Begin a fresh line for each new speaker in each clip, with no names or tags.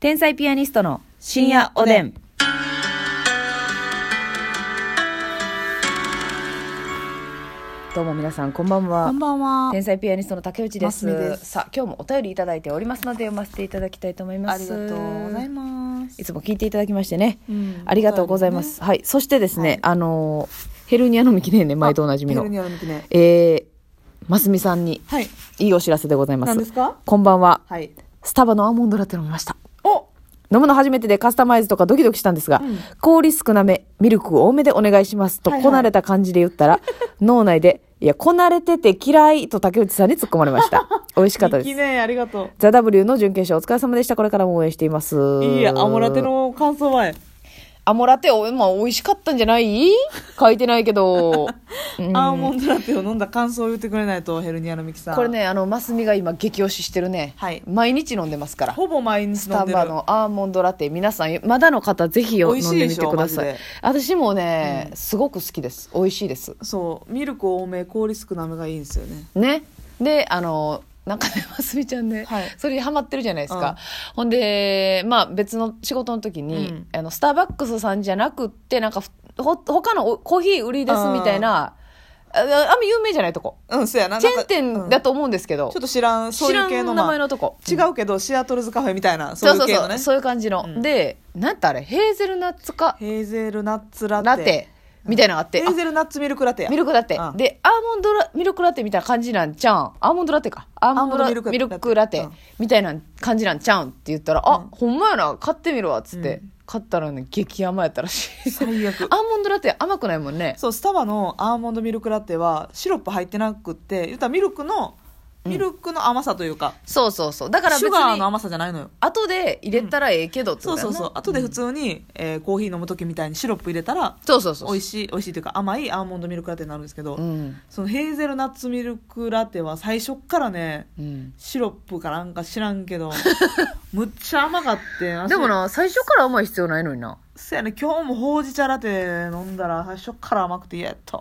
天才ピアニストの深夜おでん。どうも皆さん、こんばんは
こん。ばんは。
天才ピアニストの竹内です。
ますみです
さあ、今日もお便りいただいておりますので、読ませていただきたいと思いま
あり
す。
がとうございます。
いつも聞いていただきましてね。
うん
ありがとうございます。はい。そしてですね、
はい
あのーヘルニアのミキネーね、毎度おなじみ
ヘルニ
の。
アのミキね
えー、ますみさんに、
はい。
いいお知らせでございます。
何ですか
こんばんは。
はい。
スタバのアーモンドラテを飲みました。
お
飲むの初めてでカスタマイズとかドキドキしたんですが、
うん
氷少なめ、ミルク多めでお願いしますと、
はいはい
こなれた感じで言 ったら、脳内で、いや、こなれてて嫌いと竹内さんに突っ込まれま した。美味しかったで
ミキ
す。
ねありがと
ザ・ W の準決勝お疲れ様でした。これからも応援しています。
う。いいや、アモラテ。の感想は
アモラテ、おまあ、美味しかったんじゃない書いてないけ ど。うん
アーモンドラテを飲んだ感想を言ってくれないと、ヘルニアのミキさん。
これ。ね、あの、マスミが今激推ししてるね。
はい
毎日飲んでますから。
ほぼ毎日
ス
飲
タ
んで
バ
る。
のアーモンドラテ皆さんまだの方ぜひよ
美味
飲ん
しい
で
で
み
してょ
ください
マジで
私もね、すごく好きです美味しいです
そう。ミルク多め、氷少なめがいいんですよね。
ねであのなんかねますみちゃんね、
はい
それにハマってるじゃないです
う
か
ん、
ほんでまあ別の仕事の時に、
うん
あのスターバックスさんじゃなくってなんかふほ他のおコーヒー売りですみたいなあああんま有名じゃないとこ
うん、そうやな。
チ
な
ェ
ん
ー
か
ン店
う
だ
ん
と思うんですけど、
ちょっと知らん、そう
知
い
ら
う系
ん
の、
名
まあ
前のとこ、
違うけど、シアトルズカフェみたいな、そう
そうそうう
い系
そ
の
う
ね。
そういう感じの、
うん
でなんてあれヘーゼルナッツか
ヘーゼルナッツラテ。
ラテみたいなのがあって、
ヘーゼルナッツミルクラテ
あ
や
ミ。ルクラテ、
うん
でアーモンドラミルクラテみたいな感じなんちゃうんアーモンドラテかアーモンドラ
アー
ミ
モ
ル
ンドミルクラテ
クラテ
うん
みたいな感じなんちゃうんって言ったら、
う
あ
ん
ほんまやな買ってみるわっつって、
う
買ったらね激甘やったらしい
最悪。
アーモンドラテ甘くないもんね
そうスタバのアーモンドミルクラテはシロップ入ってなくって言ったらミルクのミルクの甘さというか、
そうそうそうだから別
シュガーの
に
甘さじゃないのよ
後で入れたらええけどって
そ
こ
う
とや
そう
な
そう後で普通に、えーコーヒー飲む時みたいにシロップ入れたら
そうそうそう
美味しい美味しいというか甘いアーモンドミルクラテになるんですけど、
うん
そのヘーゼルナッツミルクラテは最初っからね
うん
シロップかなんか知らんけ どむっちゃ甘かってん
でもな最初から甘い必要ないのにな
そうやね今日もほうじ茶ラテ飲んだら最初っから甘くて嫌やった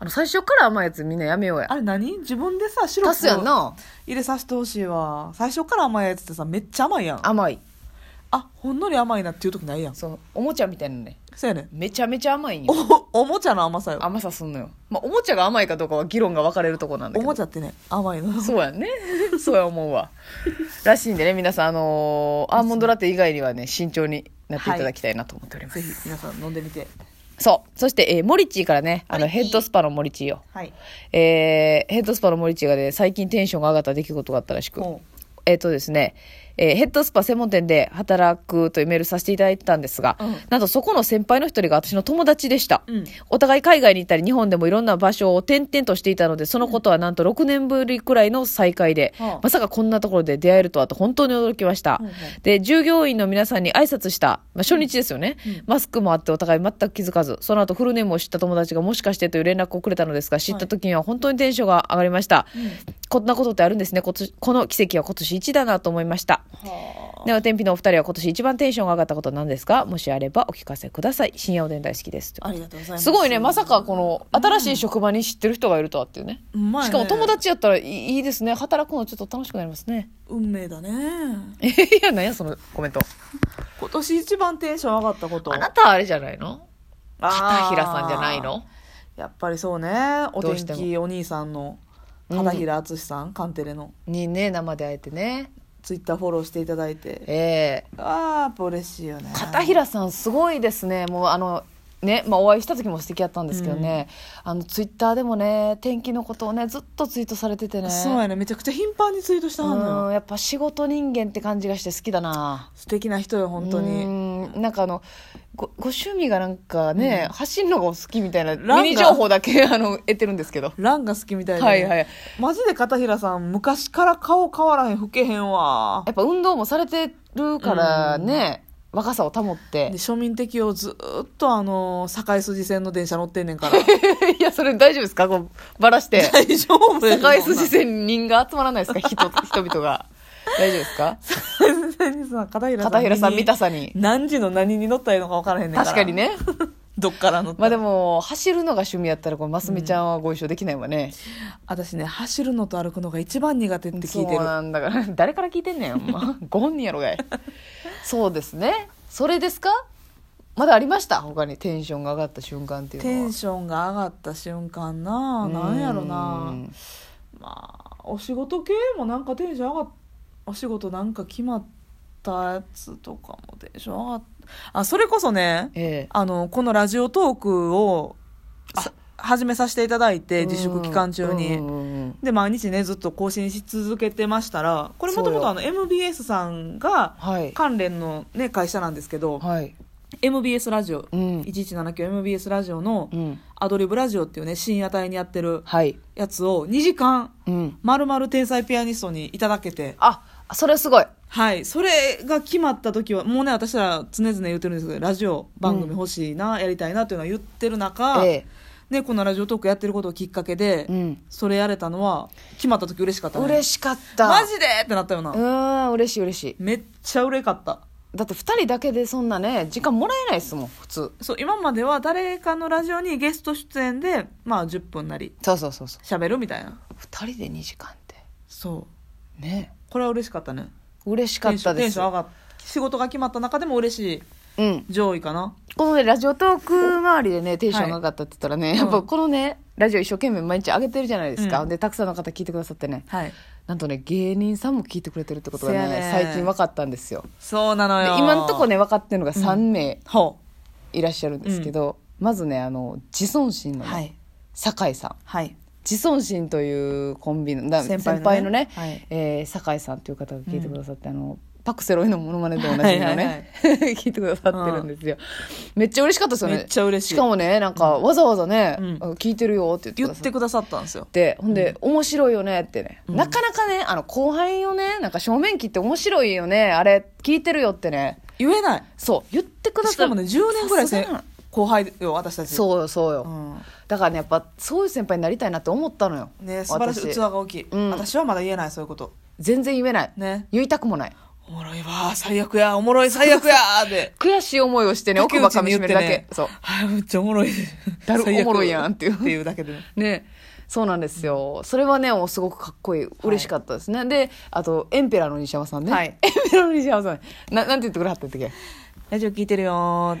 あの最初から甘いやつみんなやめようや
あれ何自分でさシロップ
足すやんな
入れさせてほしいわ最初から甘いやつってさめっちゃ甘いやんあ
甘い
ほんのり甘いなっていう時ないやん
そのおもちゃみたいなね
そうやねん
めちゃめちゃ甘いんよ
おおもちゃの甘さよ
甘さすんのよ、まあ、おもちゃが甘いかどうかは議論が分かれるとこなんだ
お
け
も
ど
ちゃってね甘いの
そうやね そうや思うわらしいんでね皆さんあのーアーモンドラテ以外にはね慎重になっていただきたいなと思っております、
ぜひ皆さん飲んでみて
そうそして、えーモリッチーからねあの
モリッチ
ヘ
ー
ッドスパのモリッチーよ
はい
えーヘッドスパのモリッチーがね最近テンションが上がった出来事があったらしく
おう
えっ、とですね、えーヘッドスパ専門店で働くというメールさせていただいたんですが、
うん
なんとそこの先輩の一人が私の友達でした、
うん
お互い海外に行ったり日本でもいろんな場所を転々としていたのでそのことはなんと6年ぶりくらいの再会で、
はあ
まさかこんなところで出会えるとはと本当に驚きました、
はいはい
で従業員の皆さんに挨拶した、まあ、初日ですよね、マスクもあってお互い全く気づかずその後フルネームを知った友達がもしかしてという連絡をくれたのですが知った時には本当にテンションが上がりました、こんなことってあるんですね今年この奇跡は今年一だなと思いました
は
では天日のお二人は今年一番テンションが上がったことは何ですかもしあればお聞かせください深夜おでん大好きです
あありがとうございます
すごいねまさかこの新しい職場に知ってる人がいるとはっていうね、
うまいね
しかも友達やったらいいいいですね働くのちょっと楽しくなりますね
運命だね
いや何やそのコメント
今年一番テンション上がったこと
あなたあれじゃないの
あー
片平さんじゃないの
やっぱりそうねお
どうし
天
ても
気お兄さんの片平敦さんカンテレの
にね生で会えてね
ツイッターフォローしていただいて
ええ
あーやっぱ嬉しいよね
片平さんすごいですねもうあのねまあ、お会いした時も素敵やったんですけどね、あのツイッターでもね天気のことをねずっとツイートされててね
そうやねめちゃくちゃ頻繁にツイートしたの
う
よ
んやっぱ仕事人間って感じがして好きだな
素敵な人よ本当
う
に
ーんなんかあのごご趣味がなんかね、走るのがお好きみたいな
ランが
ミニ情報だけあの得てるんですけど
ランが好きみたいで、
はいはいや
マジで片平さん昔から顔変わらへん老けへんわ
っぱ運動もされてるからね、若さを保っ
で
て
庶民的をずーっとあの堺筋線の電車乗ってんねんから
いやそれ大丈夫ですかこうバラして
大丈夫や
堺筋線人が集まらないで すか人人々が大丈夫ですか
堺筋線にさ片平さん
片平さん
見に
見たさに
何時の何に乗ったらいいのか分からへんねんから
確かにね
どっから乗った
ま
ら
あでも走るのが趣味やったらこうますみちゃんはご一緒できないわね、
私ね走るのと歩くのが一番苦手って聞いて
そう
る
なんだから誰から聞いてんねん、ほんま、ご本人やろがいそうですねそれですかまだありました他にテンションが上がった瞬間っていう
テ
のは
ンションが上がった瞬間ななんやろな
うん
まあお仕事系もなんかテンション上がっお仕事なんか決まったやつとかもテンション上がっあそれこそね
ええ
あのこのラジオトークをさ始めさせていただいて自粛期間中に、
うんうんうんうん
で毎日ねずっと更新し続けてましたらこれもとも
そうよ
と MBS さんが
はい
関連の、ね、会社なんですけど、
はい、
MBS ラジオ、
うん
1179MBS ラジオの
うん、
アドリブラジオっていうね深夜帯にやってる
はい、
やつを2時間
うん、
丸々天才ピアニストにいただけて
あそれはすごい
はいそれが決まった時はもうね私ら常々言ってるんですけどラジオ番組欲しいな、やりたいなっていうのは言ってる中、
え
ね、このラジオトークやってることをきっかけで、
えうん
それやれたのは決まった時嬉しかったね
嬉
し
しかった
マジでってなったよな、
うーん嬉しい嬉しい
めっちゃ嬉しかった
だって2人だけでそんなね時間もらえないですもん普通
そう今までは誰かのラジオにゲスト出演でまあ10分なり
そうそうそうそう
喋るみたいな
2人で2時間って
そう
ね
これは嬉しかったね
嬉しかった
テ
で
ン
す
ション上がった仕事が決まった中でも嬉し
うん
い上位かな
このねラジオトーク周りでねテンションが上がったって言ったらね、やっ
う
ぱ
ん
このねラジオ一生懸命毎日上げてるじゃないですか、
うん
でたくさんの方聞いてくださってね
はい
なんとね芸人さんも聞いてくれてるってことがね
せやね
最近分かったんですよ
そうなの
で
よ
今んとこね分かってるのが3名
ほ
いらっしゃるんですけど、まずねあの自尊心
う
のね、
はい
酒井さん
はい
自尊心というコンビのだ
先
先
輩の
輩
ね
のね
はい
えー酒井さんという方が聞いてくださって、あのパクセロイのモノマネでおなじみの
はいはいは
ね 聞いてくださってるんですよ、めっちゃ嬉しかったですよね
めっちゃ嬉しい
しかもねなんかわざわざね、
うん
あ聞いてるよって言
言
っ
ってて
くださ
くださったんですよ
ってほんで、面白いよねってね、
うん
なかなかねあの後輩をねなんか正面切って面白いよねあれ聞いてるよってね
言えない
そう言ってくださ
しかもね10年ぐらい
さ
先
すがな
後輩よ私たちう、
そうそうよ、
ん、
だからねやっぱそういう先輩になりたいなって思ったのよ、
ね素晴らしい器
私
が大きい、
うん
私はまだ言えないそういうこと
全然言えない、
ね
言いたくもない
おもろいわ最悪やおもろい最悪やー で
悔しい思いをしてね奥歯かみしめるだけ、そう
はいめっちゃおもろい
だる
最悪
おもろいやんっていう
っていうだけでね
ねそうなんですよ、それはねもうすごくかっこいい嬉しかったですね、であとエンペラーの西山さんね、
はい
エンペラーの西山さんななんて言ってくれはったんだっけ
ラジオ聞いてるよー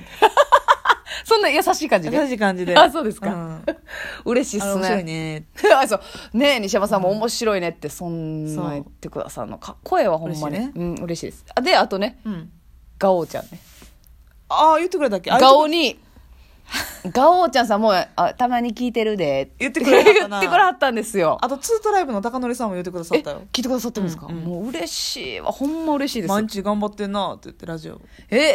そんな優しい感じで
優しい感じで
あそうですか
ん
嬉しいっ
あれ
す
面白い
ね
ね
あそうね西山さんも面白いねってそんな言ってくださるのかっこええわほんまに
嬉しい
うん、嬉しいですあであとね
うん
ガオーちゃんね
ああ言ってくれたっけあ
ガオ にガオーちゃんさんもあ「たまに聞いてるで」
言ってくれはったな
言ってくれはったんですよ
あとツートライブの高典さんも言ってくださ
え
ったよ
聞いてくださってるんですか、
うんうん
もう嬉しいわほんま嬉しいです
毎日頑張ってんなって言ってラジオ
え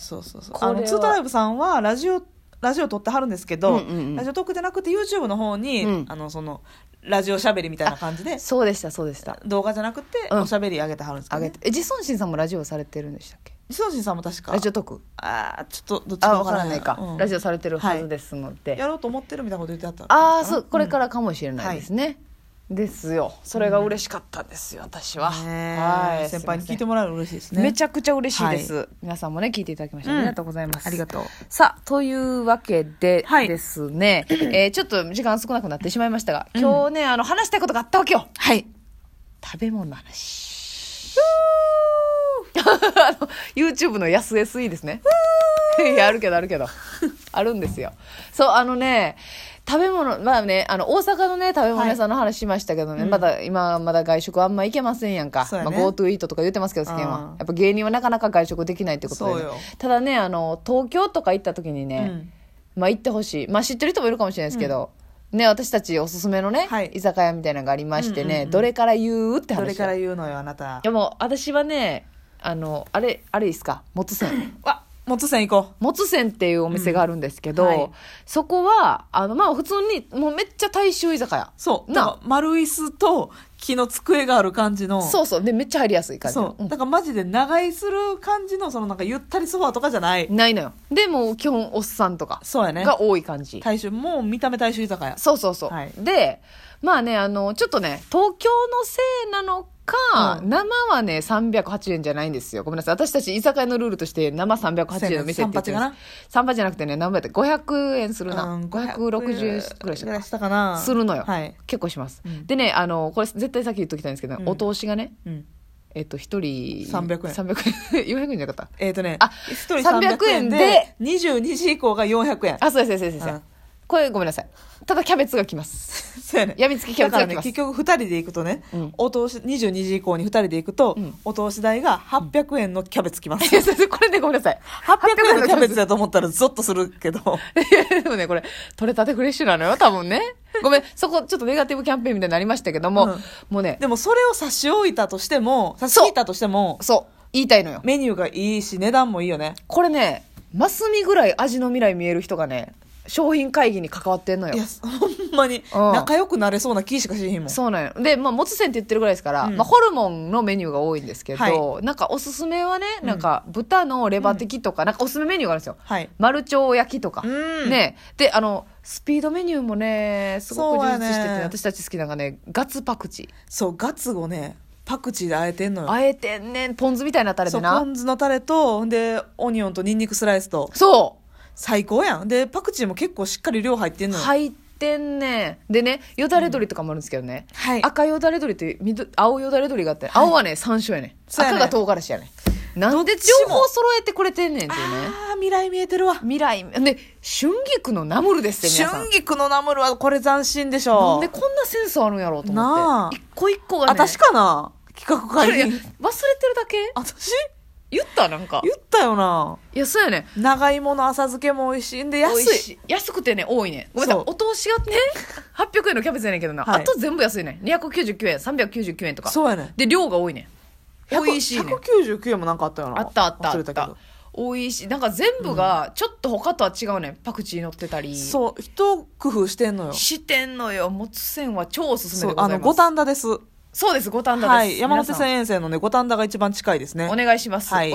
そうそうそう
これ
あ
は
のツートライブさんはラジオラジオ撮ってはるんですけど、
うんうんうん
ラジオトークじゃなくて YouTube の方に、
うん
あのそのラジオしゃべりみたいな感じ
え
で
そうでしたそうでした
動画じゃなくて
うん
おしゃべり上げてはるんですけ
あ
ど、
げ
ね
てえ自尊心さんもラジオされてるんでしたっけ
ジソンシンさんも確か
ラジオトーク
ああちょっとどっち
あ
か
わ
わ
か
からら
な
ない
いか、ラジオされてるはずですので、
やろうと思ってるみたいなこと言ってあった、
ああそうこれかららかもしれないですね、ですよそれが嬉しかったんですよ私は、
ね
は
はい先輩に聞いて
も
もらうの嬉しいですね
めちゃくちゃ嬉しいです、
は
皆さんもね聞いていただきまして、
うん
ありがとうございます
ありがとう
さあというわけで
はい
ですね、えーちょっと時間少なくなってしまいましたが今日ね、あの話したいことがあったわけよ
はい
食べ物の話 あの YouTube の安 SE ですねい やあるけどあるけどあるんですよそうあのね食べ物まあねあの大阪のね食べ物屋さんの話しましたけどね、
うん
まだ今まだ外食あんま行けませんやんか、
そうや
まあ、
ね
GoTo イートとか言ってますけど世間
うん
はやっぱ芸人はなかなか外食できないってことでね、
そうよ
ただねあの東京とか行った時にね、
うん
まあ行ってほしい。まあ知ってる人もいるかもしれないですけど、ね、私たちおすすめのね、
はい
居酒屋みたいなのがありましてね、
うんうんうん
どれから言うって
ど
話
れ
よ
から言うのよあなた
でも私はね、あの、あれ、あれですか、もつせ ん。
わもつせん行こ
もつせんっていうお店があるんですけど、
うんはい
そこは、あの、まあ普通に、もうめっちゃ大衆居酒屋。
うそう
な
だから丸椅子と木の机がある感じの
そうそう。で、めっちゃ入りやすい感じ。
そう
うん
だからマジで長居する感じのそのなんかゆったりソファーとかじゃない
ないのよ。で、もう基本おっさんとか
そうやね
が多い感じ。
大衆もう見た目大衆居酒屋
そうそうそう。
はい
で、まあね、あの、ちょっとね、東京のせいなのか、
うん
生はね、308円じゃないんですよ。ごめんなさい。私たち居酒屋のルールとして、生308円の店って言って
308か
ま
な
す。308じゃなくてね、何倍だって500円するな。
うん
560ぐらいしたか
したかな
するのよ。
はい、
結構します、
うん
でね、あの、これ絶対さっき言っときたいんですけど、
うん
お通しがね、
うん、
えっと、一人
300円
300円 400円じゃなかった
えっ、とね
あ
一人
300
300
円
円
で
で22時以降が400円
あそうですそうですそうです、
うん
これごめんなさいただキャベツがき ます
そうやね
やみつきキャベ
だ
ツ
か
が
ら
き
ね
ます
結局2人で行くとね、
うん
お通し22時以降に2人で行くと、
うん
お通し代が800円のキャベツきます、
いや先生これねごめんなさい
800円のキャベツ
だ
だと思ったらゾッとするけど
でもねこれ取れたてフレッシュなのよ多分ねごめんそこちょっとネガティブキャンペーンみたいになりましたけども、
うん
もうね
でもそれを差し置いたとしても差し引いたとしても
そう言いたいのよ
メニューがいいし値段もいいよね
これねマスミぐらい味の未来見える人がね商品会議に関わってんのよ
いやほんまに
うん
仲良くなれそうな気しかしへんもん
そうなんよで、まあ、もつせんって言ってるぐらいですから、
うん
まあ、ホルモンのメニューが多いんですけど、
は
なんかおすすめはねなんか豚のレバ的とか、なんかおすすめメニューがあるんですよ
はい
マルチョウ焼きとか、
うん
ねであのスピードメニューもねすごく充実してて、
そうやね
私たち好きなのがねガツパクチ
そうガツをねパクチーであえてんの
ー
よ
あえてんねんポン酢みたいなタレ
そ
で
うポ
な
ン酢のタレとほんでオニオンとニンニクスライスと
そう
最高やんでパクチーも結構しっかり量入ってんのよ
入ってんねんでねよだれ鶏とかもあるんですけどね、
はい
赤よだれ鶏って緑青よだれ鶏があって、青はね山椒やねん
そうやね
赤が唐辛子やねんなんで
どっちも
情報揃えてくれてんねんっていうね
ああ未来見えてるわ
未来で春菊のナムルですって皆さん
春菊のナムルはこれ斬新でし
なん
ょ
でこんなセンスあるんやろうと思
な
って
あ
一個一個がね
私かな企画
これいや忘
会
れ
議
てるだけ
私
言ったなんか
言ったよない
やそうやね
長芋の浅漬けも美味しいんで
安
安
い
い
安くてね多いねごめんなさい
そ
お通しがね800円のキャベツやねんけどな、
はい
あと全部安いね299円399円とか
そうやね
で量が多いね
100
美味しいね
199円もなんかあったよな
あったあった
忘
あ
れ
った
け
た
ど
美味しいなんか全部がちょっと他とは違うねパクチー乗ってたり
そう一工夫してんのよ
してんのよもつせんは超おすす
そ
めで
う
ご
あ
ざいま
の五
す
反田です
そうです五反田です
はい山手
皆さん
線沿線のね五反田が一番近いですね
お願いします
はい